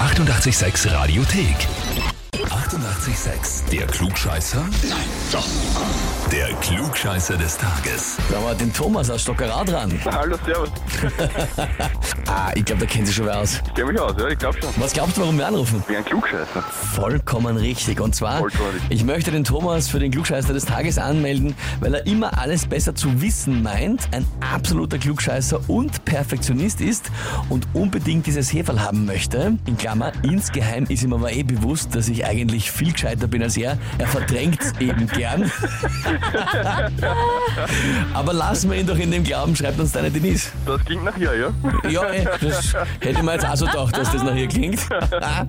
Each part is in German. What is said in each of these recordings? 886 Radiothek. 88,6. Der Klugscheißer? Nein, doch. Der Klugscheißer des Tages. Da haben wir den Thomas aus Stockerad dran. Hallo, servus. Ah, ich glaube, da kennt sich schon wer aus. Ich kenn mich aus, ja, ich glaube schon. Was glaubt ihr, warum wir anrufen? Wie ein Klugscheißer. Vollkommen richtig. Und zwar, Vollkommen richtig. ich möchte den Thomas für den Klugscheißer des Tages anmelden, weil er immer alles besser zu wissen meint, ein absoluter Klugscheißer und Perfektionist ist und unbedingt dieses Heferl haben möchte. In Klammer, insgeheim ist ihm aber eh bewusst, dass ich eigentlich viel gescheiter bin als er. Er verdrängt eben gern. aber lassen wir ihn doch in dem Glauben, schreibt uns deine Denise. Das ging nach hier, ja? Ja, ey, das hätte ich mir jetzt auch so gedacht, dass das noch hier klingt. Ah,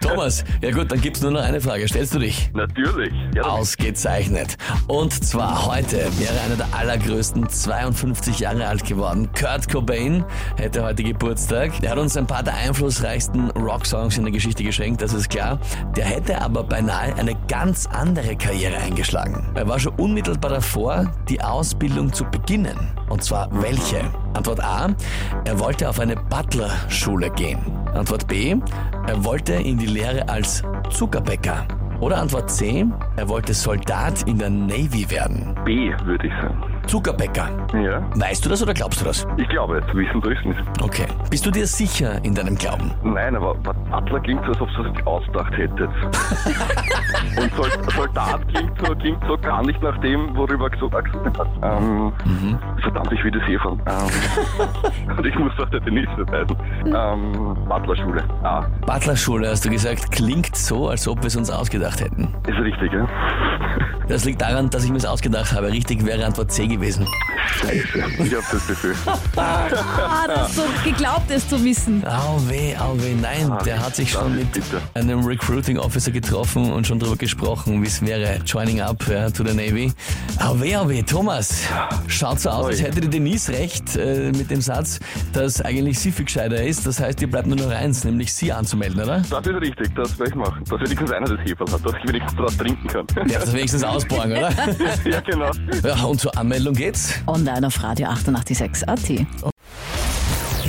Thomas, ja gut, dann gibt's nur noch eine Frage. Stellst du dich? Natürlich. Ja, dann- Ausgezeichnet. Und zwar heute wäre einer der allergrößten 52 Jahre alt geworden. Kurt Cobain hätte heute Geburtstag. Der hat uns ein paar der einflussreichsten Rocksongs in der Geschichte geschenkt, das ist klar. Der hätte aber beinahe eine ganz andere Karriere eingeschlagen. Er war schon unmittelbar davor, die Ausbildung zu beginnen. Und zwar welche? Antwort A. Er wollte auf eine Butler-Schule gehen. Antwort B. Er wollte in die Lehre als Zuckerbäcker. Oder Antwort C. Er wollte Soldat in der Navy werden. B, würde ich sagen. Zuckerbäcker. Ja? Weißt du das oder glaubst du das? Ich glaube es. Wissen durch nicht. Okay. Bist du dir sicher in deinem Glauben? Nein, aber was Butler klingt so, als ob ihr sich ausgedacht hättet. Und Sol Soldat klingt so, klingt so gar nicht nach dem, worüber er gesagt hat. Ähm, Mhm. Verdammt, ich will das hier von. Ähm, und ich muss doch der Denise beweisen. Ähm, Butler-Schule. Ah, Butlerschule, hast du gesagt, klingt so, als ob wir es uns ausgedacht hätten. ist richtig, ja? Das liegt daran, dass ich mir es ausgedacht habe. Richtig wäre Antwort C gewesen. Scheiße. Ich hab das Gefühl. Ah, dass du geglaubt es zu wissen. Au weh, au weh, nein, Ah, der hat sich das schon ist mit bitter. einem Recruiting Officer getroffen und schon drüber gesprochen, wie es wäre, joining up ja, to the Navy. Au weh, au weh, Thomas, schaut so aus, als Oi. hätte die Denise recht äh, mit dem Satz, dass eigentlich sie viel gescheiter ist. Das heißt, ihr bleibt nur noch eins, nämlich sie anzumelden, oder? Das ist richtig, das werde ich machen. Dass wenigstens einer das Heferl hat, dass ich wenigstens daraus trinken kann. Ja, das wenigstens ausborgen, oder? ja, genau. Ja, und zur Anmeldung geht's. Online auf Radio 886 AT.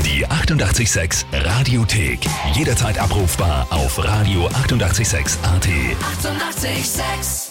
Die 88,6 Radiothek. Jederzeit abrufbar auf radio886.at. 88,6. Eighty-eight, sex.